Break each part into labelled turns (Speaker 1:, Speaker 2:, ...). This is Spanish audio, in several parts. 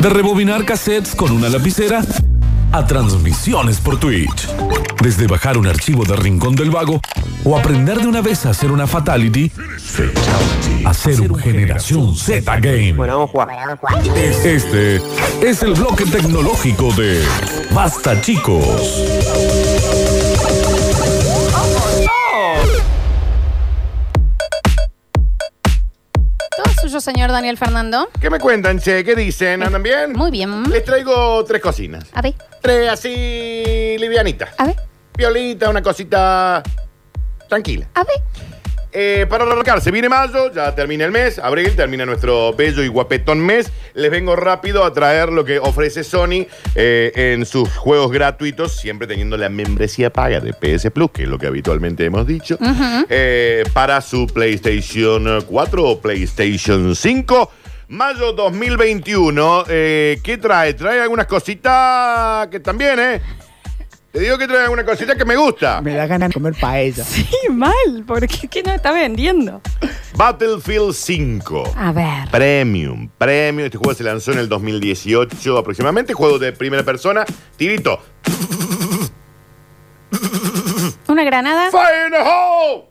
Speaker 1: De rebobinar cassettes con una lapicera a transmisiones por Twitch. Desde bajar un archivo de Rincón del Vago o aprender de una vez a hacer una fatality, a hacer un Generación Z Game.
Speaker 2: Bueno, vamos a jugar.
Speaker 1: Este es el bloque tecnológico de Basta Chicos.
Speaker 3: Todo suyo, señor Daniel Fernando.
Speaker 4: ¿Qué me cuentan, che? ¿Qué dicen? ¿Andan bien?
Speaker 3: Muy bien.
Speaker 4: Les traigo tres cocinas.
Speaker 3: A ver,
Speaker 4: Tres así livianitas.
Speaker 3: a ver,
Speaker 4: Violita, una cosita tranquila.
Speaker 3: a ver.
Speaker 4: Eh, para arrancar, se viene mayo, ya termina el mes, abril, termina nuestro bello y guapetón mes. Les vengo rápido a traer lo que ofrece Sony eh, en sus juegos gratuitos, siempre teniendo la membresía paga de PS Plus, que es lo que habitualmente hemos dicho, eh, para su PlayStation 4 o PlayStation 5. Mayo 2021, eh, ¿qué trae? Trae algunas cositas que también, ¿eh? Te digo que trae algunas cositas que me gusta.
Speaker 5: Me da ganas de comer paella.
Speaker 3: Sí, mal, porque ¿qué no está vendiendo?
Speaker 4: Battlefield 5.
Speaker 3: A ver.
Speaker 4: Premium, Premium. Este juego se lanzó en el 2018 aproximadamente. Juego de primera persona. Tirito.
Speaker 3: ¿Una granada?
Speaker 4: ¡Fire in the hole!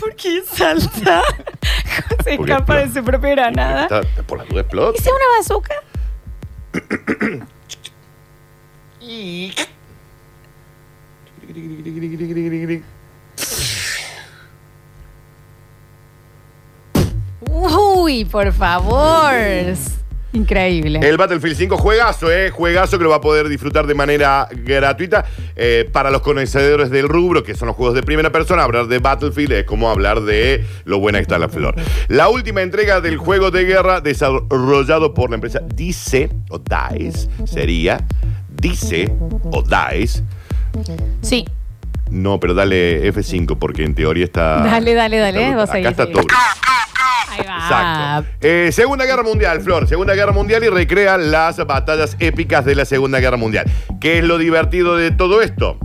Speaker 3: ¿Por qué salta? Se
Speaker 4: Porque
Speaker 3: escapa de
Speaker 4: explota.
Speaker 3: su propia granada.
Speaker 4: Está- está por la duda
Speaker 3: ¿Y
Speaker 4: explota.
Speaker 3: si es una bazooka? Uy, por favor.
Speaker 4: Eh.
Speaker 3: Increíble.
Speaker 4: El Battlefield 5, juegazo, ¿eh? Juegazo que lo va a poder disfrutar de manera gratuita. Eh, para los conocedores del rubro, que son los juegos de primera persona, hablar de Battlefield es como hablar de lo buena que está la flor. La última entrega del juego de guerra desarrollado por la empresa Dice o Dice sería Dice o Dice. Eh.
Speaker 3: Sí.
Speaker 4: No, pero dale F5 porque en teoría está.
Speaker 3: Dale, dale, dale, eh,
Speaker 4: está-
Speaker 3: vos
Speaker 4: acá
Speaker 3: seguís,
Speaker 4: está
Speaker 3: seguís.
Speaker 4: todo.
Speaker 3: Ahí va.
Speaker 4: Exacto. Eh, Segunda Guerra Mundial, Flor. Segunda Guerra Mundial y recrea las batallas épicas de la Segunda Guerra Mundial. ¿Qué es lo divertido de todo esto?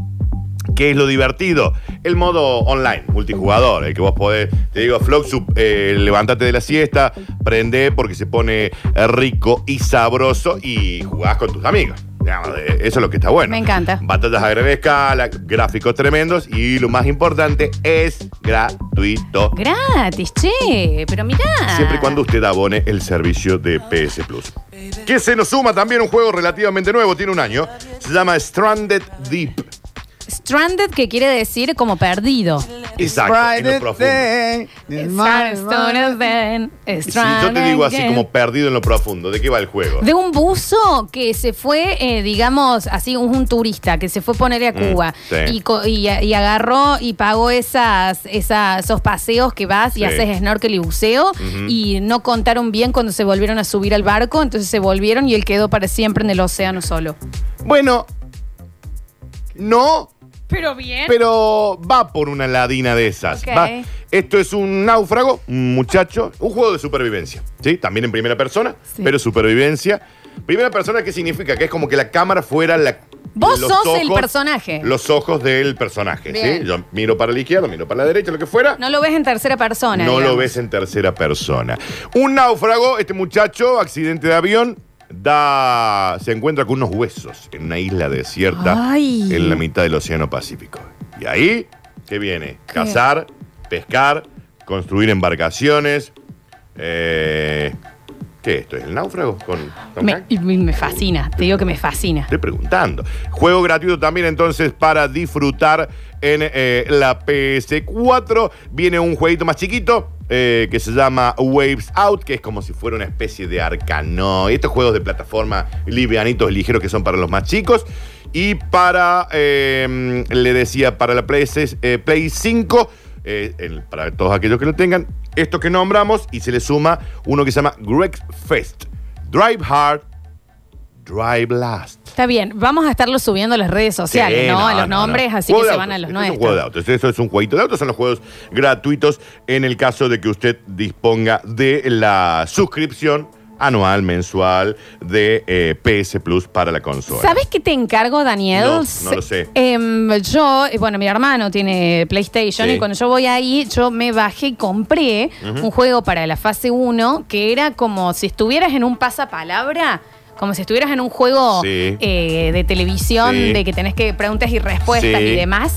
Speaker 4: ¿Qué es lo divertido? El modo online, multijugador, el que vos podés, te digo, Flox, eh, levantate de la siesta, prende porque se pone rico y sabroso y jugás con tus amigos. Digamos, eh, Eso es lo que está bueno.
Speaker 3: Me encanta.
Speaker 4: Batallas a gran escala, gráficos tremendos y lo más importante es gratuito.
Speaker 3: Gratis, che. Pero mirá.
Speaker 4: Siempre y cuando usted abone el servicio de PS Plus. Que se nos suma también un juego relativamente nuevo, tiene un año. Se llama Stranded Deep.
Speaker 3: Stranded, que quiere decir como perdido.
Speaker 4: Exacto. y no profundo.
Speaker 3: Stranded, then,
Speaker 4: Y Si yo te digo así
Speaker 3: again.
Speaker 4: como perdido en lo profundo, ¿de qué va el juego?
Speaker 3: De un buzo que se fue, eh, digamos, así un, un turista que se fue a ponerle a Cuba
Speaker 4: Mm, sí.
Speaker 3: y, co- y, y agarró y pagó esas, esas, esos paseos que vas y
Speaker 4: Sí.
Speaker 3: haces snorkel y buceo y no contaron bien cuando se volvieron a subir al barco, entonces se volvieron y él quedó para siempre en el océano solo.
Speaker 4: Bueno, no,
Speaker 3: Pero bien.
Speaker 4: pero va por una ladina de esas.
Speaker 3: Ok.
Speaker 4: va. Esto es un náufrago, un muchacho, un juego de supervivencia. ¿sí? También en primera persona,
Speaker 3: Sí.
Speaker 4: pero supervivencia. Primera persona, ¿qué significa? Que es como que la cámara fuera la.
Speaker 3: Vos
Speaker 4: los
Speaker 3: sos el personaje.
Speaker 4: Los ojos del personaje,
Speaker 3: Bien.
Speaker 4: ¿sí? Yo miro para la izquierda, miro para la derecha, lo que fuera.
Speaker 3: no lo ves en tercera persona.
Speaker 4: No lo
Speaker 3: digamos.
Speaker 4: ves en tercera persona. Un náufrago, este muchacho, accidente de avión, da, se encuentra con unos huesos en una isla desierta
Speaker 3: Ay.
Speaker 4: en la mitad del Océano Pacífico. Y ahí, ¿qué viene? Cazar, pescar, construir embarcaciones. Eh, ¿Qué es esto? ¿Es el náufrago? ¿Con, Tom
Speaker 3: Me,
Speaker 4: Hanks?
Speaker 3: y me me fascina, te digo que me fascina.
Speaker 4: Estoy preguntando. Juego gratuito también entonces para disfrutar en eh, la PS4. Viene un jueguito más chiquito eh, que se llama Waves Out, que es como si fuera una especie de arcano. Estos juegos de plataforma livianitos, ligeros, que son para los más chicos. Y para, eh, le decía, para la Play, seis- eh, Play 5, eh, el- para todos aquellos que lo tengan, estos que nombramos, y se le suma uno que se llama Greg Fest. Drive Hard, Drive Last.
Speaker 3: Está bien, vamos a estarlo subiendo a las redes sociales,
Speaker 4: Sí,
Speaker 3: ¿no?
Speaker 4: no,
Speaker 3: A los
Speaker 4: no,
Speaker 3: nombres,
Speaker 4: no.
Speaker 3: así
Speaker 4: Juego
Speaker 3: que
Speaker 4: de
Speaker 3: se
Speaker 4: autos.
Speaker 3: van a los
Speaker 4: Este es un juego de
Speaker 3: nuestros.
Speaker 4: autos. Eso es un jueguito de autos. Son los juegos gratuitos en el caso de que usted disponga de la suscripción anual, mensual de eh, PS Plus para la consola.
Speaker 3: ¿Sabes qué te encargo, Daniel?
Speaker 4: No, no lo sé.
Speaker 3: Em, yo, eh, bueno, mi hermano tiene PlayStation
Speaker 4: Sí.
Speaker 3: y cuando yo voy ahí, yo me bajé y compré un juego para la fase 1 que era como si estuvieras en un pasapalabra. Como si estuvieras en un juego
Speaker 4: Sí.
Speaker 3: eh, de televisión,
Speaker 4: Sí.
Speaker 3: de que tenés que preguntas y respuestas
Speaker 4: Sí.
Speaker 3: y demás.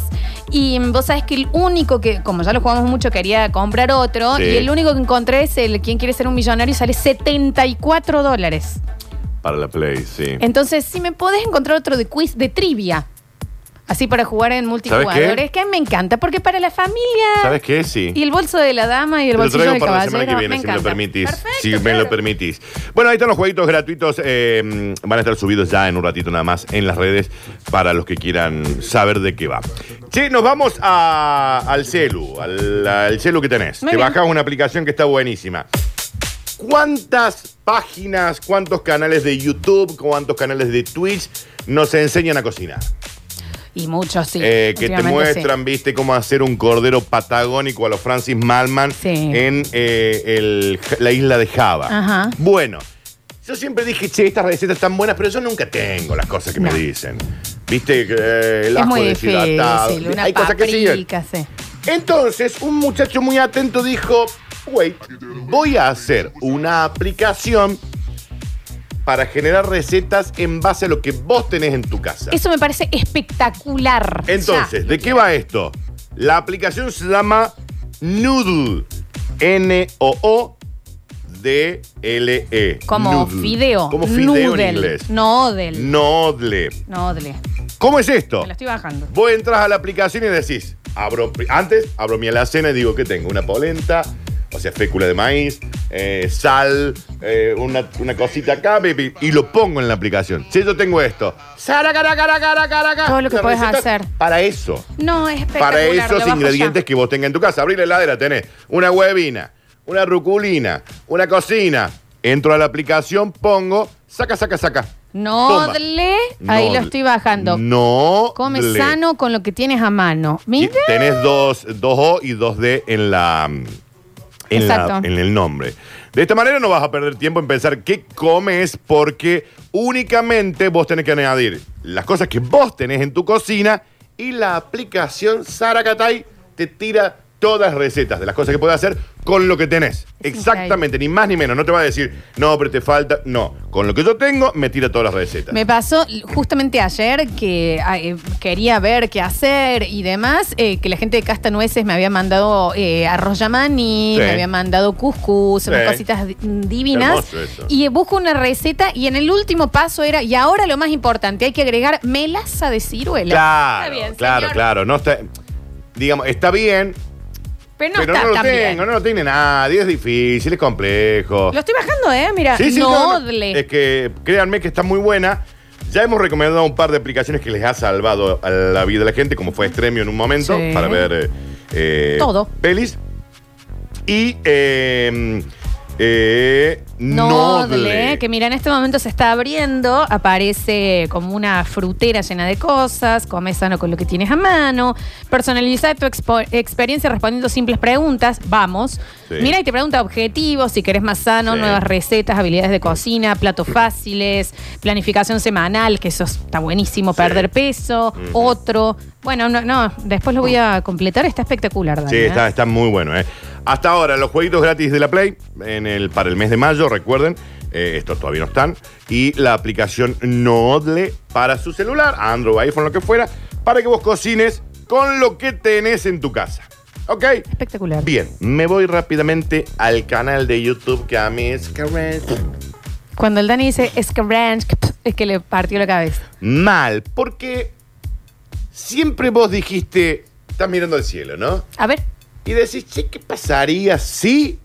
Speaker 3: Y mm, vos sabés que el único que, como ya lo jugamos mucho, quería comprar otro.
Speaker 4: Sí.
Speaker 3: Y el único que encontré es el ¿Quién quiere ser un millonario? Y sale 74 dólares.
Speaker 4: Para la Play, sí.
Speaker 3: Entonces, si me podés encontrar otro de quiz de trivia. Así para jugar en multijugadores,
Speaker 4: ¿Sabes
Speaker 3: que a mí me encanta, porque para la familia.
Speaker 4: ¿Sabes qué? Sí.
Speaker 3: Y el bolso de la dama y el
Speaker 4: Te lo
Speaker 3: bolsillo
Speaker 4: traigo
Speaker 3: del
Speaker 4: para la
Speaker 3: caballero.
Speaker 4: semana que viene,
Speaker 3: me
Speaker 4: si me lo
Speaker 3: encanta.
Speaker 4: permitís.
Speaker 3: Perfecto,
Speaker 4: Si me
Speaker 3: claro.
Speaker 4: lo permitís. Bueno, ahí están los jueguitos gratuitos. eh, van a estar subidos ya en un ratito nada más en las redes para los que quieran saber de qué va. Che, nos vamos a- al celu, al, al celu que tenés.
Speaker 3: Muy
Speaker 4: Te
Speaker 3: bien.
Speaker 4: bajas una aplicación que está buenísima. ¿Cuántas páginas, cuántos canales de YouTube, cuántos canales de Twitch nos enseñan a cocinar?
Speaker 3: Y muchos, sí.
Speaker 4: Eh, que te
Speaker 3: últimamente sí.
Speaker 4: muestran, viste, cómo hacer un cordero patagónico a los Francis Malman
Speaker 3: Sí.
Speaker 4: en eh, el- la isla de Java.
Speaker 3: Ajá.
Speaker 4: Bueno, yo siempre dije, che, estas recetas están buenas, pero yo nunca tengo las cosas que
Speaker 3: No.
Speaker 4: me dicen. Viste, que, eh, el
Speaker 3: Es
Speaker 4: ajo
Speaker 3: muy
Speaker 4: deshidratado.
Speaker 3: difícil. Una
Speaker 4: Hay cosas que siguen.
Speaker 3: paprika, sí.
Speaker 4: Entonces, un muchacho muy atento dijo, wait, voy a hacer una aplicación para generar recetas en base a lo que vos tenés en tu casa.
Speaker 3: Eso me parece espectacular.
Speaker 4: Entonces, ¿de qué va esto? La aplicación se llama Noodle. N-O-O-D-L-E.
Speaker 3: Ya. Como
Speaker 4: E. Noodle.
Speaker 3: fideo.
Speaker 4: Como fideo
Speaker 3: Noodle.
Speaker 4: en inglés.
Speaker 3: No odel.
Speaker 4: Noodle.
Speaker 3: No odle.
Speaker 4: ¿Cómo es esto?
Speaker 3: Me lo estoy bajando.
Speaker 4: Vos entras a la aplicación y decís, abro, antes abro mi alacena y digo que tengo una polenta, o sea, fécula de maíz, eh, sal, eh, una, una cosita acá, baby, y lo pongo en la aplicación. Si yo tengo esto, sara, cara, cara, cara, cara, cara.
Speaker 3: Todo lo que
Speaker 4: Las
Speaker 3: podés
Speaker 4: recetas
Speaker 3: hacer.
Speaker 4: Para eso.
Speaker 3: No, es espectacular.
Speaker 4: Para
Speaker 3: lo
Speaker 4: esos
Speaker 3: bajo ya.
Speaker 4: ingredientes que vos tengas en tu casa. Abrir la heladera, tenés una huevina, una ruculina, una cocina. Entro a la aplicación, pongo, saca, saca, saca. Toma.
Speaker 3: Nodle, ahí
Speaker 4: Nodle.
Speaker 3: lo estoy bajando.
Speaker 4: No.
Speaker 3: Come sano con lo que tienes a mano. Mira.
Speaker 4: Tenés dos, dos O y dos D en la. En, la-
Speaker 3: Exacto.
Speaker 4: en el nombre. De esta manera no vas a perder tiempo en pensar qué comes porque únicamente vos tenés que añadir las cosas que vos tenés en tu cocina y la aplicación Saracatay te tira todas las recetas de las cosas que puedes hacer con lo que tenés.
Speaker 3: Es
Speaker 4: Exactamente, ni más ni menos. No te va a decir, no, pero te falta. No, con lo que yo tengo me tira todas las recetas.
Speaker 3: Me pasó justamente ayer que ah, eh, quería ver qué hacer y demás, eh, que la gente de Casta Nueces me había mandado eh, arroz yamani,
Speaker 4: Sí.
Speaker 3: me había mandado couscous,
Speaker 4: Sí.
Speaker 3: unas cositas di- divinas.
Speaker 4: Hermoso eso.
Speaker 3: Y eh, busco una receta y en el último paso era, y ahora lo más importante, hay que agregar melaza de ciruela.
Speaker 4: Claro,
Speaker 3: Está bien,
Speaker 4: claro,
Speaker 3: señor.
Speaker 4: claro. No está, digamos, está bien,
Speaker 3: Pero no
Speaker 4: pero
Speaker 3: está
Speaker 4: no lo
Speaker 3: tan bien.
Speaker 4: tengo, no lo tiene nadie, es difícil, es complejo.
Speaker 3: Lo estoy bajando, ¿eh? Mira,
Speaker 4: Sí, sí, no, no.
Speaker 3: nodle.
Speaker 4: Es que créanme que está muy buena. Ya hemos recomendado un par de aplicaciones que les ha salvado a la vida de la gente, como fue Extremio en un momento,
Speaker 3: Sí.
Speaker 4: para ver eh, eh,
Speaker 3: Todo.
Speaker 4: pelis. Y eh, eh,
Speaker 3: Nodle,
Speaker 4: Nodle.
Speaker 3: que mira, en este momento se está abriendo, aparece como una frutera llena de cosas, come sano con lo que tienes a mano, personaliza tu expo- experiencia respondiendo simples preguntas, vamos.
Speaker 4: Sí.
Speaker 3: Mira y te pregunta objetivos, si querés más sano,
Speaker 4: Sí.
Speaker 3: nuevas recetas, habilidades de cocina, platos fáciles, planificación semanal, que eso está buenísimo, perder peso, otro. Bueno, no, no, después lo voy a completar, está espectacular, Dani.
Speaker 4: Sí,
Speaker 3: ¿eh?
Speaker 4: está, está muy bueno, ¿eh? Hasta ahora, los jueguitos gratis de la Play en el, para el mes de mayo, recuerden, eh, estos todavía no están. Y la aplicación Nodle para su celular, Android, iPhone, lo que fuera, para que vos cocines con lo que tenés en tu casa. ¿Ok?
Speaker 3: Espectacular.
Speaker 4: Bien, me voy rápidamente al canal de YouTube que a mí es
Speaker 3: Cuando el Dani dice es que ranch, es que le partió la cabeza.
Speaker 4: mal, porque siempre vos dijiste, estás mirando al cielo, ¿no?
Speaker 3: A ver.
Speaker 4: Y decís, che, ¿qué pasaría si...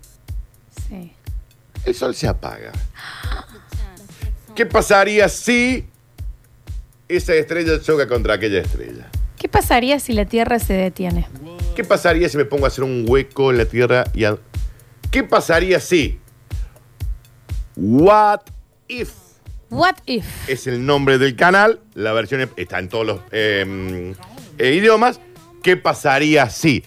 Speaker 3: Sí.
Speaker 4: El sol se apaga. ¿Qué pasaría si esa estrella choca contra aquella estrella?
Speaker 3: ¿Qué pasaría si la Tierra se detiene?
Speaker 4: ¿Qué pasaría si me pongo a hacer un hueco en la Tierra y a- ¿Qué pasaría si? What if
Speaker 3: What if?
Speaker 4: es el nombre del canal? La versión es- está en todos los eh, eh, idiomas. ¿Qué pasaría si?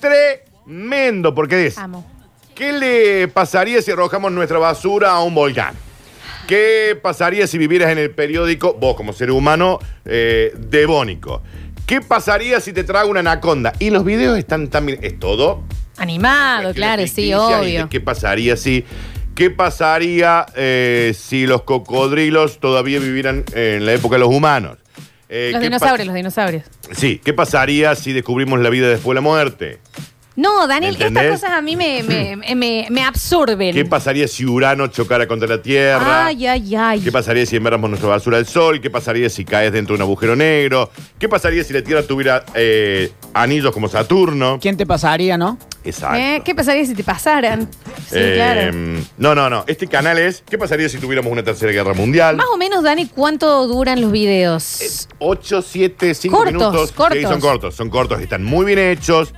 Speaker 4: Tremendo, porque es
Speaker 3: Amo.
Speaker 4: ¿Qué le pasaría si arrojamos nuestra basura a un volcán? ¿Qué pasaría si vivieras en el periódico, vos como ser humano, eh, devónico? ¿Qué pasaría si te trago una anaconda? Y los videos están también. Es todo.
Speaker 3: Animado,
Speaker 4: cuestiones
Speaker 3: claro, sí,
Speaker 4: ficticias y
Speaker 3: obvio.
Speaker 4: de ¿Qué pasaría si.? ¿Qué pasaría eh, si los cocodrilos todavía vivieran en la época de los humanos? Eh,
Speaker 3: Los
Speaker 4: ¿qué pa-
Speaker 3: dinosaurios, los dinosaurios.
Speaker 4: Sí, ¿qué pasaría si descubrimos la vida después de la muerte?
Speaker 3: No, Daniel, estas
Speaker 4: ¿Entendés?
Speaker 3: cosas a mí me, me, me- me- me absorben.
Speaker 4: ¿Qué pasaría si Urano chocara contra la Tierra?
Speaker 3: Ay, ay, ay.
Speaker 4: ¿Qué pasaría si enviáramos nuestra basura al sol? ¿Qué pasaría si caes dentro de un agujero negro? ¿Qué pasaría si la Tierra tuviera eh, anillos como Saturno?
Speaker 2: ¿Quién te pasaría, no?
Speaker 4: Exacto.
Speaker 3: Eh, ¿Qué pasaría si te pasaran? Sí,
Speaker 4: Eh,
Speaker 3: claro.
Speaker 4: No, no, no. Este canal es ¿Qué pasaría si tuviéramos una tercera guerra mundial? Eh,
Speaker 3: Más o menos, Dani, ¿cuánto duran los videos?
Speaker 4: 8, 7, 5
Speaker 3: Cortos,
Speaker 4: minutos. Sí,
Speaker 3: cortos.
Speaker 4: son cortos, son cortos, están muy bien hechos.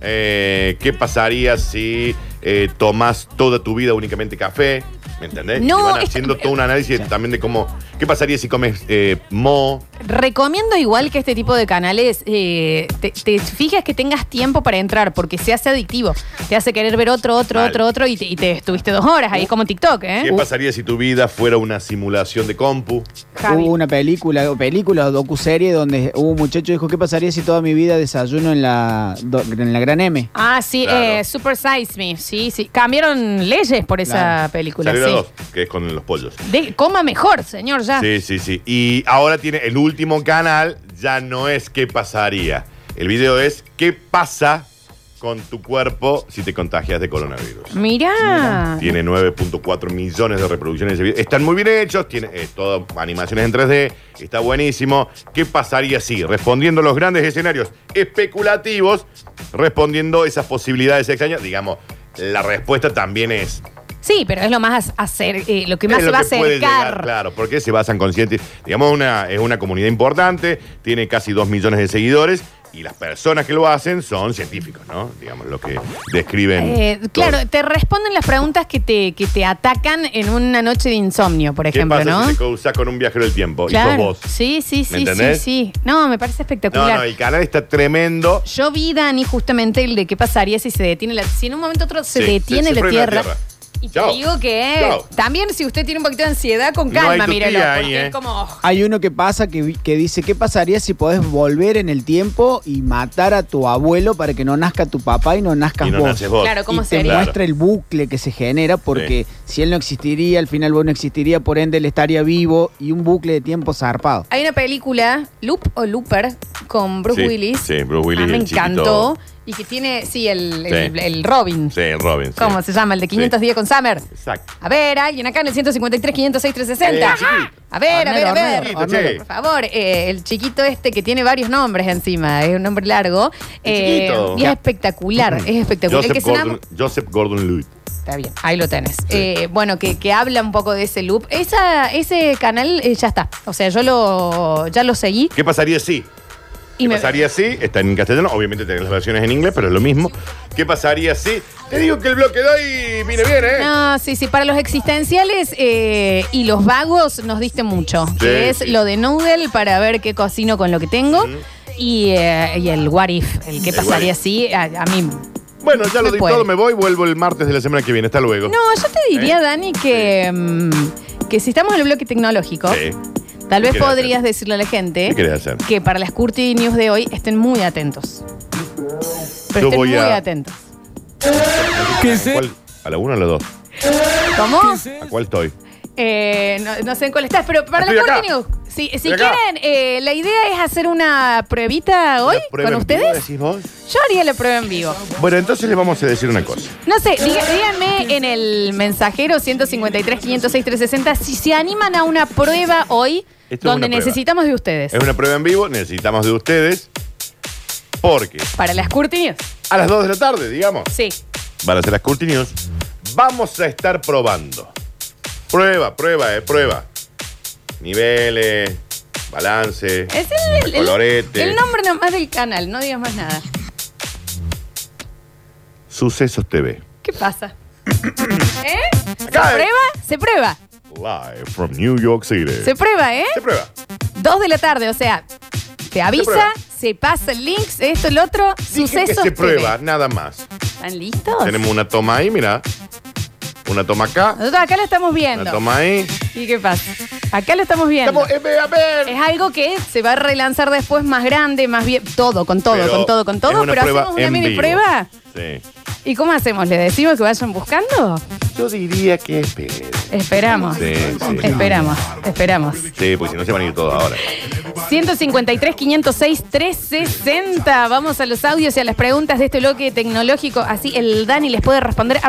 Speaker 4: Eh, ¿Qué pasaría si eh, tomás toda tu vida únicamente café? ¿Me entendés?
Speaker 3: No,
Speaker 4: y van
Speaker 3: es-
Speaker 4: haciendo todo un análisis también de cómo. ¿Qué pasaría si comes eh, mo?
Speaker 3: Recomiendo igual que este tipo de canales, eh, te, te fijas que tengas tiempo para entrar, porque se hace adictivo. Te hace querer ver otro, otro,
Speaker 4: Mal.
Speaker 3: otro, otro, y te, y te estuviste dos horas ahí como TikTok,
Speaker 4: ¿Qué
Speaker 3: ¿eh?
Speaker 4: pasaría si tu vida fuera una simulación de compu?
Speaker 3: Javi.
Speaker 2: Hubo una película, o película, o docuserie donde hubo un muchacho que dijo, ¿qué pasaría si toda mi vida desayuno en la, do- en la Gran M?
Speaker 3: Ah, sí,
Speaker 4: Claro.
Speaker 3: eh, Super Size Me, sí, sí. Cambiaron leyes por esa
Speaker 2: Claro.
Speaker 3: película,
Speaker 4: Salió la
Speaker 3: sí.
Speaker 4: dos, que es con los pollos.
Speaker 3: De- coma mejor, señor, ya.
Speaker 4: Sí, sí, sí. Y ahora tiene el último canal, ya no es qué pasaría. El video es qué pasa con tu cuerpo si te contagias de coronavirus.
Speaker 3: Mirá.
Speaker 4: Tiene 9.4 millones de reproducciones ese video. Están muy bien hechos, tiene eh, todo animaciones en 3D, está buenísimo. ¿Qué pasaría si, respondiendo a los grandes escenarios especulativos, respondiendo esas posibilidades extrañas, digamos, la respuesta también es
Speaker 3: Sí, pero es lo más hacer, eh, lo que más
Speaker 4: es
Speaker 3: se
Speaker 4: lo
Speaker 3: va a
Speaker 4: que puede llegar,
Speaker 3: acercar.
Speaker 4: claro, porque se basan conscientes. Digamos, una, es una comunidad importante, tiene casi 2 millones de seguidores y las personas que lo hacen son científicos, ¿no? Digamos, lo que describen.
Speaker 3: Eh,
Speaker 4: los-
Speaker 3: claro, te responden las preguntas que te, que te atacan en una noche de insomnio, por
Speaker 4: ¿Qué
Speaker 3: ejemplo,
Speaker 4: pasa
Speaker 3: ¿no?
Speaker 4: si te cruzas con un viajero del tiempo? Y
Speaker 3: Claro.
Speaker 4: sos vos.
Speaker 3: Sí, sí, sí, sí,
Speaker 4: entendés?
Speaker 3: sí. No, me parece
Speaker 4: No,
Speaker 3: espectacular.
Speaker 4: no, el canal está tremendo.
Speaker 3: Yo vi, Dani, justamente el de qué pasaría si se detiene la Si en un momento u otro se
Speaker 4: Sí,
Speaker 3: detiene
Speaker 4: se- se
Speaker 3: la,
Speaker 4: frena la
Speaker 3: tierra,
Speaker 4: Tierra.
Speaker 3: Y
Speaker 4: Chao.
Speaker 3: te digo que
Speaker 4: Chao.
Speaker 3: también si usted tiene un poquito de ansiedad, con
Speaker 4: No
Speaker 3: calma,
Speaker 4: hay tu
Speaker 3: míralo.
Speaker 4: tía
Speaker 3: porque
Speaker 4: ahí, ¿eh?
Speaker 3: es como. oh,
Speaker 2: Hay uno que pasa que, vi- que dice, ¿qué pasaría si podés volver en el tiempo y matar a tu abuelo para que no nazca tu papá y no nazcas
Speaker 4: Y no
Speaker 2: vos?
Speaker 4: naces vos.
Speaker 3: Claro, ¿cómo
Speaker 2: y
Speaker 3: sería?
Speaker 2: te muestra el bucle que se genera porque si él no existiría, al final vos no existiría, por ende él estaría vivo y un bucle de tiempo zarpado.
Speaker 3: Hay una película, Loop o Looper, con Bruce
Speaker 4: Sí,
Speaker 3: Willis.
Speaker 4: sí, Bruce Willis,
Speaker 3: Ah, me
Speaker 4: el
Speaker 3: encantó. Y que tiene, sí, el, el-
Speaker 4: Sí.
Speaker 3: el Robin.
Speaker 4: Sí, Robin. sí.
Speaker 3: ¿Cómo se llama? El de 500
Speaker 4: Sí.
Speaker 3: días con Summer.
Speaker 4: Exacto.
Speaker 3: A ver, alguien acá en el 153, 506,
Speaker 4: Eh,
Speaker 3: 360.
Speaker 4: chiquito.
Speaker 3: a ver, a ver, a
Speaker 2: Arnero,
Speaker 3: ver.
Speaker 2: Arnero,
Speaker 4: Chiquito,
Speaker 2: Arnero.
Speaker 4: che.
Speaker 3: Por favor, eh, el chiquito este que tiene varios nombres encima, es un nombre largo.
Speaker 4: El
Speaker 3: eh,
Speaker 4: chiquito.
Speaker 3: y es espectacular, es espectacular. El que
Speaker 4: Joseph
Speaker 3: se enamo-
Speaker 4: Gordon, Joseph Gordon Lewitt.
Speaker 3: Está bien, ahí lo tenés. Eh, bueno, que, que habla un poco de ese loop. Esa, ese canal eh, ya está. O sea, yo lo, ya lo seguí.
Speaker 4: ¿Qué pasaría si?
Speaker 3: Y
Speaker 4: ¿Qué
Speaker 3: me-
Speaker 4: pasaría si? Está en castellano, obviamente tenés las versiones en inglés, pero es lo mismo. ¿Qué pasaría si? Te digo que el bloque de hoy viene bien, ¿eh?
Speaker 3: No, sí, sí, para los existenciales eh, y los vagos nos diste mucho.
Speaker 4: Sí,
Speaker 3: que es
Speaker 4: sí.
Speaker 3: lo de Noodle para ver qué cocino con lo que tengo. Y, eh, y el what if, el qué
Speaker 4: El
Speaker 3: pasaría
Speaker 4: what if.
Speaker 3: si a, a mí.
Speaker 4: Bueno, ya lo
Speaker 3: Me
Speaker 4: di
Speaker 3: puede.
Speaker 4: todo, me voy, vuelvo el martes de la semana que viene. Hasta luego.
Speaker 3: No, yo te
Speaker 4: ¿Eh?
Speaker 3: diría, Dani, que, mm, que si estamos en el bloque tecnológico,
Speaker 4: Sí.
Speaker 3: tal
Speaker 4: ¿Qué
Speaker 3: vez
Speaker 4: querés
Speaker 3: podrías decirle a la gente
Speaker 4: ¿Qué querés hacer?
Speaker 3: que para las Curti News de hoy estén muy atentos. Pero estén
Speaker 4: Yo voy
Speaker 3: muy
Speaker 4: a-
Speaker 3: atentos.
Speaker 1: ¿Qué
Speaker 4: ¿A,
Speaker 1: se?
Speaker 4: cuál? ¿A la 1 o a la 2?
Speaker 3: ¿Cómo?
Speaker 4: ¿A cuál estoy?
Speaker 3: Eh, no, no sé en cuál estás, pero para
Speaker 4: Estoy
Speaker 3: las
Speaker 4: acá.
Speaker 3: Curti News, si, si
Speaker 4: Estoy acá.
Speaker 3: quieren, eh, la idea es hacer una pruebita hoy
Speaker 4: ¿La prueba
Speaker 3: con
Speaker 4: en vivo,
Speaker 3: ustedes.
Speaker 4: decís vos?
Speaker 3: Yo haría la prueba en vivo.
Speaker 4: Bueno, entonces le vamos a decir una cosa.
Speaker 3: No sé, diga- díganme en el mensajero 153 506 360 si se animan a una prueba hoy
Speaker 4: Esto es
Speaker 3: donde
Speaker 4: una prueba.
Speaker 3: necesitamos de ustedes.
Speaker 4: Es una prueba en vivo, necesitamos de ustedes. Porque
Speaker 3: Para las curtidas.
Speaker 4: a las 2 de la tarde, digamos,
Speaker 3: Sí.
Speaker 4: van a ser las Curti News, vamos a estar probando. Prueba, prueba, eh, prueba. Niveles, balance,
Speaker 3: Es el, el- el-
Speaker 4: colorete,
Speaker 3: el nombre nomás del canal, no digas más nada.
Speaker 4: Sucesos TV.
Speaker 3: ¿Qué pasa? ¿Eh? ¿Se
Speaker 4: Acá, eh.
Speaker 3: prueba? Se prueba.
Speaker 4: Live from New York City.
Speaker 3: Se prueba, ¿eh?
Speaker 4: Se prueba.
Speaker 3: Dos de la tarde, o sea, te avisa,
Speaker 4: prueba.
Speaker 3: se, pasa el link, esto, el otro,
Speaker 4: Dije
Speaker 3: sucesos.
Speaker 4: que se
Speaker 3: TV.
Speaker 4: prueba, nada más.
Speaker 3: ¿Están listos?
Speaker 4: Tenemos una toma ahí, mira. Una toma acá.
Speaker 3: Nosotros acá lo estamos viendo.
Speaker 4: Una toma ahí.
Speaker 3: ¿Y qué pasa? Acá lo estamos viendo.
Speaker 4: Estamos, eh, eh, a ver.
Speaker 3: Es algo que se va a relanzar después más grande, más bien. Todo, con todo,
Speaker 4: Pero
Speaker 3: con todo, con todo.
Speaker 4: es una
Speaker 3: pero
Speaker 4: prueba
Speaker 3: hacemos una
Speaker 4: en
Speaker 3: mini
Speaker 4: vivo.
Speaker 3: prueba.
Speaker 4: Sí.
Speaker 3: ¿Y cómo hacemos? ¿Le decimos que vayan buscando?
Speaker 4: Yo diría que esperen.
Speaker 3: Esperamos.
Speaker 4: Sí, sí.
Speaker 3: Esperamos, esperamos.
Speaker 4: Sí, pues si no se van a ir todos ahora.
Speaker 3: 153, 506, 360. Vamos a los audios y a las preguntas de este bloque tecnológico. Así el Dani les puede responder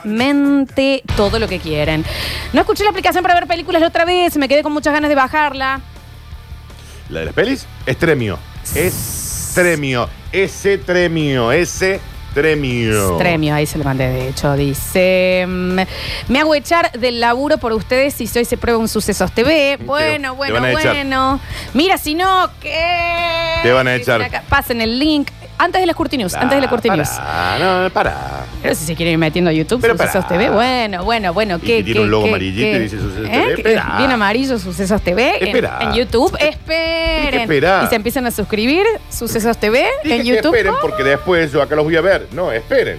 Speaker 3: absolutamente todo lo que quieran. No escuché la aplicación para ver películas la otra vez. Me quedé con muchas ganas de bajarla.
Speaker 4: La de las pelis, estremio. Estremio. Ese tremio. Ese tremio.
Speaker 3: Extremio, ahí se lo mandé. De hecho, dice: mm, Me hago echar del laburo por ustedes si hoy se prueba un sucesos TV. Bueno,
Speaker 4: te
Speaker 3: bueno,
Speaker 4: van a echar.
Speaker 3: bueno. Mira, si no, ¿qué?
Speaker 4: Te van a
Speaker 3: Dicen
Speaker 4: echar.
Speaker 3: acá. Pasen el link. Antes de las Curtinius, antes de la Curtinius.
Speaker 4: Ah, no, no, para.
Speaker 3: Pero si se quieren ir metiendo a YouTube,
Speaker 4: Pero
Speaker 3: Sucesos
Speaker 4: pará.
Speaker 3: TV, bueno, bueno, bueno, ¿qué?
Speaker 4: Y que tiene
Speaker 3: qué,
Speaker 4: un logo
Speaker 3: qué,
Speaker 4: amarillito y
Speaker 3: qué?
Speaker 4: dice Sucesos
Speaker 3: ¿Eh?
Speaker 4: TV,
Speaker 3: Que
Speaker 4: esperá.
Speaker 3: Bien amarillo, Sucesos TV en-
Speaker 4: Esperá.
Speaker 3: en, YouTube.
Speaker 4: Tiene que
Speaker 3: Esperen.
Speaker 4: esperar.
Speaker 3: Y se empiezan a suscribir, Sucesos TV
Speaker 4: Dije
Speaker 3: en
Speaker 4: que
Speaker 3: YouTube.
Speaker 4: esperen porque después yo acá los voy a ver. No, esperen.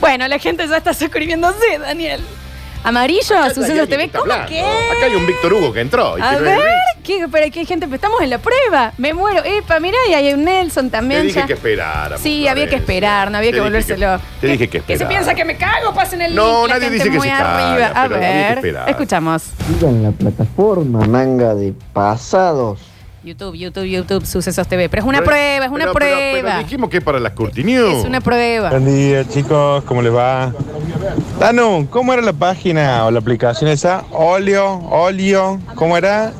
Speaker 3: Bueno, la gente ya está suscribiéndose, Daniel. Amarillo,
Speaker 4: Acá hay
Speaker 3: Sucesos
Speaker 4: alguien
Speaker 3: TV,
Speaker 4: que está
Speaker 3: ¿cómo
Speaker 4: hablando.
Speaker 3: que?
Speaker 4: Acá hay un Víctor Hugo que entró. y
Speaker 3: A
Speaker 4: que no es
Speaker 3: ver,
Speaker 4: Vic.
Speaker 3: ¿qué, pero aquí hay gente, estamos en la prueba. Me muero. Epa, mirá, y hay un Nelson
Speaker 4: Te
Speaker 3: también.
Speaker 4: dije
Speaker 3: ya.
Speaker 4: que esperáramos.
Speaker 3: Sí, había que
Speaker 4: Florencia.
Speaker 3: esperar, no había
Speaker 4: Te
Speaker 3: que
Speaker 4: dije
Speaker 3: volvérselo.
Speaker 4: Te dije que
Speaker 3: ¿Qué se
Speaker 4: esperar.
Speaker 3: piensa que me cago? Pasen el
Speaker 4: No,
Speaker 3: link. la
Speaker 4: nadie
Speaker 3: gente
Speaker 4: dice que
Speaker 3: muy
Speaker 4: se caga,
Speaker 3: arriba. A
Speaker 4: pero había que
Speaker 3: ver,
Speaker 4: esperar.
Speaker 3: escuchamos.
Speaker 5: Sigan la plataforma, manga de pasados.
Speaker 3: YouTube, YouTube, YouTube, Sucesos TV. Pero es una
Speaker 4: Pero-
Speaker 3: prueba, es una
Speaker 4: pero- pero-
Speaker 3: prueba.
Speaker 4: Pero, dijimos que es para las Curtinews.
Speaker 3: es una prueba.
Speaker 6: Buen día chicos, ¿cómo les va? Danu, ¿cómo era la página o la aplicación esa? Olio, olio, ¿cómo era?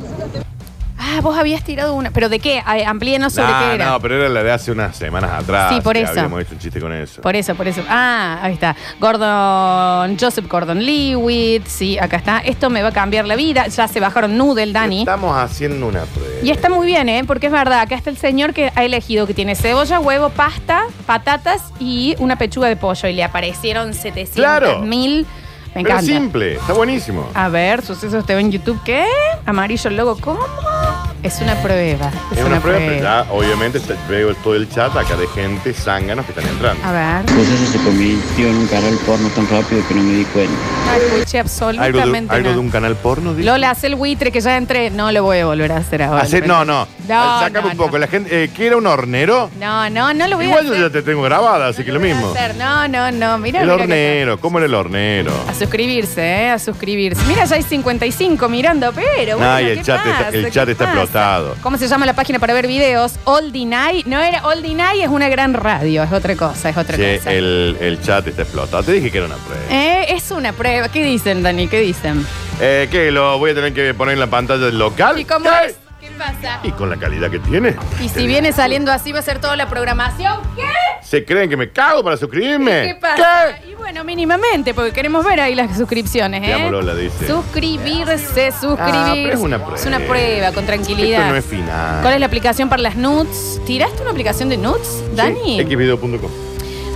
Speaker 3: Ah, vos habías tirado una. ¿Pero de qué? Ay, Amplíenos sobre qué
Speaker 4: No,
Speaker 3: era.
Speaker 4: no, pero era la de hace unas semanas atrás.
Speaker 3: Sí, por
Speaker 4: que
Speaker 3: eso.
Speaker 4: Habíamos hecho un chiste con eso.
Speaker 3: Por eso, por eso. Ah, ahí está. Gordon, Joseph Gordon Lewitt. Sí, acá está. Esto me va a cambiar la vida. Ya se bajaron Noodle, Dani.
Speaker 4: Estamos haciendo una prueba.
Speaker 3: Y está muy bien, ¿eh? Porque es verdad, acá está el señor que ha elegido que tiene cebolla, huevo, pasta, patatas y una pechuga de pollo. Y le aparecieron 700
Speaker 4: Claro.
Speaker 3: mil. Me
Speaker 4: Pero
Speaker 3: encanta. Ah,
Speaker 4: simple, está buenísimo.
Speaker 3: A ver, sucesos te veo en YouTube. ¿Qué? Amarillo el logo. ¿Cómo? Es una prueba. Es,
Speaker 4: es una, prueba, pero ya obviamente te- veo todo el chat acá de gente zánganos que están entrando.
Speaker 3: A ver.
Speaker 7: Entonces Pues se convirtió en un canal porno tan rápido que no me di cuenta.
Speaker 3: No escuché
Speaker 4: ¿Algo de, un-
Speaker 3: absolutamente
Speaker 4: algo de
Speaker 3: nada.
Speaker 4: un canal porno? dice?
Speaker 3: Ah, Lola, hace el buitre que ya entré. No lo voy a volver a hacer ahora.
Speaker 4: Hacer- no, no.
Speaker 3: No,
Speaker 4: Sácame
Speaker 3: no,
Speaker 4: un poco.
Speaker 3: no.
Speaker 4: La gente, eh, ¿Quiere un hornero?
Speaker 3: No, no, no lo voy
Speaker 4: Igual
Speaker 3: a
Speaker 4: yo
Speaker 3: hacer.
Speaker 4: ya te tengo grabada, así que lo
Speaker 3: No voy a
Speaker 4: mismo.
Speaker 3: hacer. No, no, no. Mira,
Speaker 4: El
Speaker 3: mira que-
Speaker 4: hornero, ¿cómo era el hornero?
Speaker 3: A suscribirse, ¿eh? A suscribirse. Mira, ya hay 55 mirando, pero. Bueno,
Speaker 4: Ay, el
Speaker 3: ¿qué
Speaker 4: chat está-
Speaker 3: pasa?
Speaker 4: el
Speaker 3: ¿Qué
Speaker 4: chat está
Speaker 3: pasa?
Speaker 4: explotado.
Speaker 3: ¿Cómo se llama la página para ver videos? All Deny. No era All Deny, es una gran radio. Es otra cosa, es otra
Speaker 4: Che,
Speaker 3: cosa.
Speaker 4: el, el chat está explotado. Te dije que era una prueba.
Speaker 3: Eh, es una prueba. ¿Qué dicen, Dani? ¿Qué dicen?
Speaker 4: Eh, ¿Qué? ¿Lo voy a tener que poner en la pantalla del local?
Speaker 3: ¿Y cómo
Speaker 4: ¿Qué?
Speaker 3: es? ¿Qué pasa?
Speaker 4: Y con la calidad que tiene.
Speaker 3: Y si viene saliendo así, va a ser toda la programación. ¿Qué?
Speaker 4: ¿Se creen que me cago para suscribirme?
Speaker 3: ¿Qué pasa? Y bueno, mínimamente, porque queremos ver ahí las suscripciones, ¿eh?
Speaker 4: Te amo, Lola, dice.
Speaker 3: Suscribirse, suscribirse.
Speaker 4: Ah, pero es una prueba.
Speaker 3: Es una prueba, con tranquilidad.
Speaker 4: Esto no es final.
Speaker 3: ¿Cuál es la aplicación para las nudes? ¿Tiraste una aplicación de nudes, Dani?
Speaker 4: Sí, xvideo.com.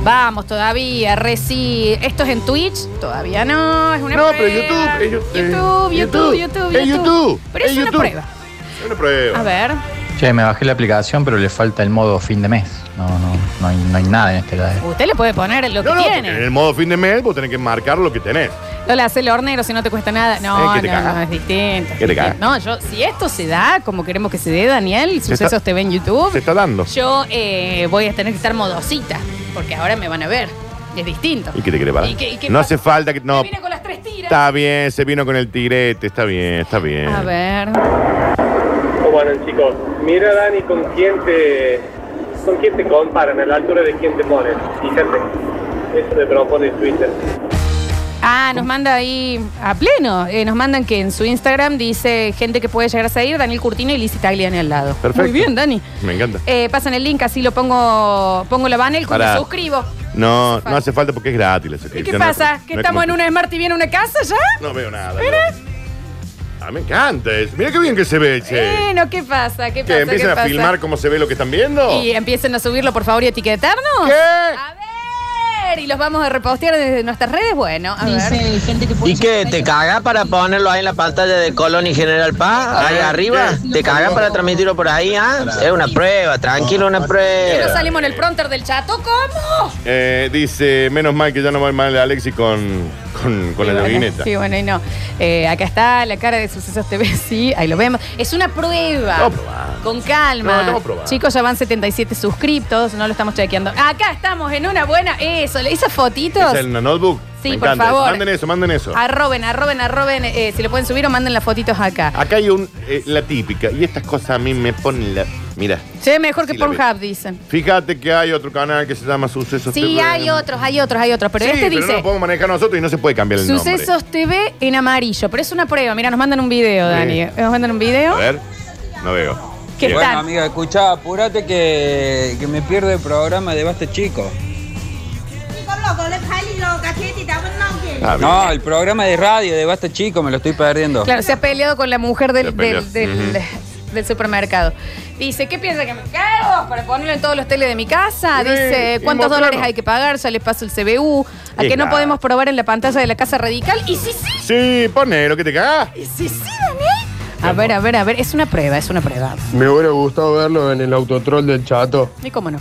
Speaker 3: Vamos, todavía, reci. ¿Esto es en Twitch? Todavía no, es una
Speaker 4: No,
Speaker 3: prueba.
Speaker 4: pero YouTube, es YouTube,
Speaker 3: YouTube,
Speaker 4: eh,
Speaker 3: YouTube,
Speaker 4: YouTube.
Speaker 3: YouTube,
Speaker 4: Es YouTube,
Speaker 3: Pero
Speaker 4: es
Speaker 3: es, una
Speaker 4: YouTube.
Speaker 3: prueba.
Speaker 4: Es una prueba.
Speaker 3: A ver.
Speaker 8: Che, me bajé la aplicación, pero le falta el modo fin de mes. No, no, no hay, no hay nada en este lado.
Speaker 3: Usted le puede poner lo
Speaker 4: No,
Speaker 3: que
Speaker 4: no, porque
Speaker 3: tiene.
Speaker 4: en el modo fin de mes vos tenés que marcar lo que tenés.
Speaker 3: Lola, hace el hornero si no te cuesta nada. No,
Speaker 4: Eh, que te
Speaker 3: no,
Speaker 4: caga.
Speaker 3: no, es distinto.
Speaker 4: Que te caga.
Speaker 3: No, yo, si esto se da como queremos que se dé, Daniel, sucesos
Speaker 4: está-
Speaker 3: te ve en YouTube.
Speaker 4: Se está dando.
Speaker 3: Yo eh, voy a tener que estar modosita, porque ahora me van a ver. Es distinto.
Speaker 4: ¿Y qué te quiere parar?
Speaker 3: ¿Y qué- y qué
Speaker 4: no
Speaker 3: pasa?
Speaker 4: hace falta que. No.
Speaker 3: Me vine con las tres tiras.
Speaker 4: Está bien, se vino con el tigrete, está bien, está bien.
Speaker 3: A ver.
Speaker 9: Bueno, chicos, mira Dani con quién te con quién te comparan, a la altura de quién te ponen. Fíjate, eso te propone Twitter.
Speaker 3: Ah, nos manda ahí a pleno. Eh, nos mandan que en su Instagram dice gente que puede llegar a seguir, Daniel Curtino y Lizzie Tagliani al lado.
Speaker 4: Perfecto.
Speaker 3: Muy bien, Dani.
Speaker 4: Me encanta.
Speaker 3: Eh, pasan el link, así lo pongo, pongo la banner, como
Speaker 4: Pará.
Speaker 3: suscribo.
Speaker 4: No,
Speaker 3: hace
Speaker 4: no hace falta porque es gratis la
Speaker 3: ¿Y
Speaker 4: suscripción.
Speaker 3: qué
Speaker 4: no es-
Speaker 3: pasa? ¿Que
Speaker 4: no es
Speaker 3: estamos en
Speaker 4: como-
Speaker 3: una Smart TV en una casa ya?
Speaker 4: No veo nada. no. Ah, me encanta eso. Mira qué bien que se ve, che.
Speaker 3: Bueno, ¿qué pasa? ¿Qué pasa?
Speaker 4: que empiezan
Speaker 3: ¿Qué
Speaker 4: a
Speaker 3: pasa?
Speaker 4: filmar cómo se ve lo que están viendo.
Speaker 3: Y empiecen a subirlo, por favor, y etiquetarnos.
Speaker 4: ¿Qué?
Speaker 3: A ver y los vamos a repostear desde nuestras redes, bueno, a ver.
Speaker 5: ¿Y qué? ¿Te cagas para ponerlo ahí en la pantalla de Colón y General Paz?
Speaker 4: Ah,
Speaker 5: Ahí arriba. ¿Te cagas para transmitirlo por ahí? ah? Es una prueba, tranquilo, una
Speaker 3: Que no
Speaker 5: prueba.
Speaker 3: salimos en el pronter del chato, ¿cómo?
Speaker 4: Eh, dice, menos mal que ya no va mal Alexis con, con, con
Speaker 3: Sí, bueno,
Speaker 4: la llovineta.
Speaker 3: Sí, bueno, y no. Eh, acá está la cara de Sucesos TV, sí, ahí lo vemos. Es una prueba.
Speaker 4: Estamos probando.
Speaker 3: Con calma.
Speaker 4: No, estamos probando.
Speaker 3: Chicos, ya van 77 suscriptos, no lo estamos chequeando. Acá estamos en una buena. Eso, le- esas fotitos.
Speaker 4: ¿Es en la notebook?
Speaker 3: Sí,
Speaker 4: Me
Speaker 3: por
Speaker 4: encanta.
Speaker 3: favor.
Speaker 4: Manden eso, manden eso.
Speaker 3: Arroben, arroben, arroben. eh, si lo pueden subir o manden las fotitos acá.
Speaker 4: Acá hay un, eh, la típica, y estas cosas a mí me ponen la... Mira,
Speaker 3: Che, mejor que
Speaker 4: Sí, la
Speaker 3: Pornhub, dicen.
Speaker 4: fíjate que hay otro canal que se llama Sucesos
Speaker 3: Sí,
Speaker 4: TV.
Speaker 3: hay otros, hay otros, hay otros. Pero
Speaker 4: Sí,
Speaker 3: este
Speaker 4: pero no
Speaker 3: dice.
Speaker 4: lo podemos manejar nosotros y no se puede cambiar el
Speaker 3: Sucesos TV en amarillo, pero es una prueba. Mira, nos mandan un video,
Speaker 4: Sí.
Speaker 3: Dani. Nos mandan un video.
Speaker 4: nombre. A ver, no veo.
Speaker 3: ¿Qué
Speaker 4: Bien.
Speaker 3: tal?
Speaker 10: Amiga, escuchá, apurate que, que me pierdo el programa de Basta Chico.
Speaker 4: Ah, bien.
Speaker 10: No, el programa de radio de Basta Chico me lo estoy perdiendo.
Speaker 3: Claro, se ha peleado con la mujer
Speaker 4: Se
Speaker 3: del,
Speaker 4: ha peleado.
Speaker 3: del, del- del supermercado. Dice, ¿qué piensa que me cago para ponerlo en todos los teles de mi casa?
Speaker 4: Sí,
Speaker 3: Dice,
Speaker 4: y
Speaker 3: ¿cuántos
Speaker 4: mostrarlo.
Speaker 3: dólares hay que pagar? Ya les paso el CBU. ¿A
Speaker 4: Es
Speaker 3: que no
Speaker 4: nada.
Speaker 3: podemos probar en la pantalla de la casa radical? Y sí, sí,
Speaker 4: Sí, ponelo, que te cagás.
Speaker 3: y sí, sí, Daniel. A ver, a ver, a ver, es una prueba, es una prueba.
Speaker 6: Me hubiera gustado verlo en el autotrol del chato.
Speaker 3: ¿Y cómo no?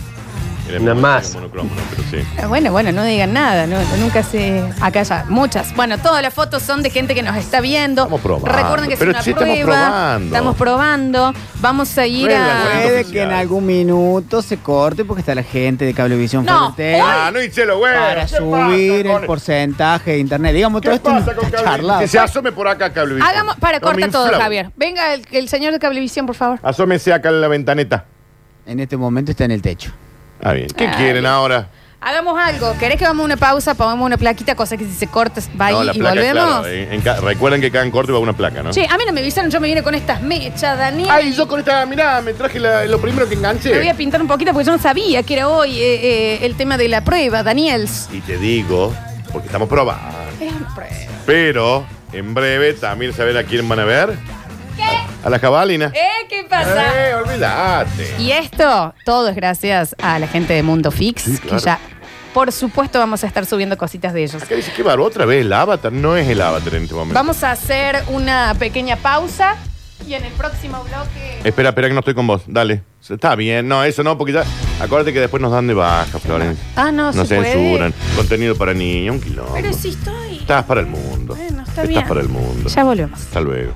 Speaker 4: Nada
Speaker 6: más.
Speaker 4: Pero sí.
Speaker 3: Ah, Bueno, bueno, no digan nada, no- nunca se acá ya muchas. Bueno, todas las fotos son de gente que nos está viendo.
Speaker 4: Estamos probando.
Speaker 3: Recuerden que
Speaker 4: Pero
Speaker 3: es una
Speaker 4: sí, estamos
Speaker 3: prueba.
Speaker 4: probando.
Speaker 3: Estamos probando. Vamos a ir
Speaker 4: Prueba,
Speaker 3: a.
Speaker 4: bueno.
Speaker 2: Puede que en algún minuto se corte porque está la gente de Cablevisión
Speaker 3: No,
Speaker 2: Ferrotel
Speaker 4: Ah, no hice lo güey.
Speaker 2: para
Speaker 4: ¿Qué
Speaker 2: subir
Speaker 4: pasa con-
Speaker 2: el porcentaje de internet. Digamos, todo
Speaker 4: ¿Qué
Speaker 2: esto
Speaker 4: pasa con
Speaker 2: está
Speaker 4: cable?
Speaker 2: charlado.
Speaker 4: Que se asome por acá, cable.
Speaker 3: Hagamos, para,
Speaker 4: No, me
Speaker 3: corta todo,
Speaker 4: inflamo.
Speaker 3: Javier. Venga el, el señor de Cablevisión, por favor.
Speaker 4: Asómese acá en la ventaneta.
Speaker 2: En este momento está en el techo.
Speaker 4: Ah, bien. ¿Qué
Speaker 3: Ah,
Speaker 4: quieren
Speaker 3: bien.
Speaker 4: ahora?
Speaker 3: Hagamos algo. ¿Querés que vamos a una pausa, pongamos una plaquita, cosa que si se corta va
Speaker 4: No,
Speaker 3: ahí
Speaker 4: la
Speaker 3: y
Speaker 4: placa,
Speaker 3: volvemos?
Speaker 4: claro, en- en ca- recuerden que cada en corte va una placa, ¿no?
Speaker 3: Che, a mí no me avisaron, yo me vine con estas mechas, Daniel.
Speaker 4: Ay, yo con esta, mirá, me traje la- lo primero que
Speaker 3: Me voy a
Speaker 4: enganché.
Speaker 3: pintar un poquito porque yo no sabía que era hoy eh, eh, el tema de la prueba, Daniel.
Speaker 4: Y te digo, porque estamos probando.
Speaker 3: Es una prueba.
Speaker 4: Pero en breve también saber a quién van a ver. A, a la jabalina.
Speaker 3: ¿Eh? ¿Qué pasa?
Speaker 4: Eh, olvídate.
Speaker 3: Y esto, todo es gracias a la gente de Mundo Fix,
Speaker 4: Sí, claro.
Speaker 3: que ya, por supuesto, vamos a estar subiendo cositas de ellos.
Speaker 4: Acá dice que barba otra vez el avatar. No es el avatar en este momento.
Speaker 3: Vamos a hacer una pequeña pausa y en el próximo bloque.
Speaker 4: Espera, espera que no estoy con vos. Dale. Está bien, no, eso no, porque ya. Acuérdate que después nos dan de baja, Florencia.
Speaker 3: Ah, no,
Speaker 4: Nos
Speaker 3: se puede.
Speaker 4: censuran. Contenido para niños, un quilombo.
Speaker 3: Pero si estoy.
Speaker 4: Estás para el mundo.
Speaker 3: Bueno, está
Speaker 4: Estás
Speaker 3: bien.
Speaker 4: para el mundo.
Speaker 3: Ya volvemos.
Speaker 4: Hasta luego.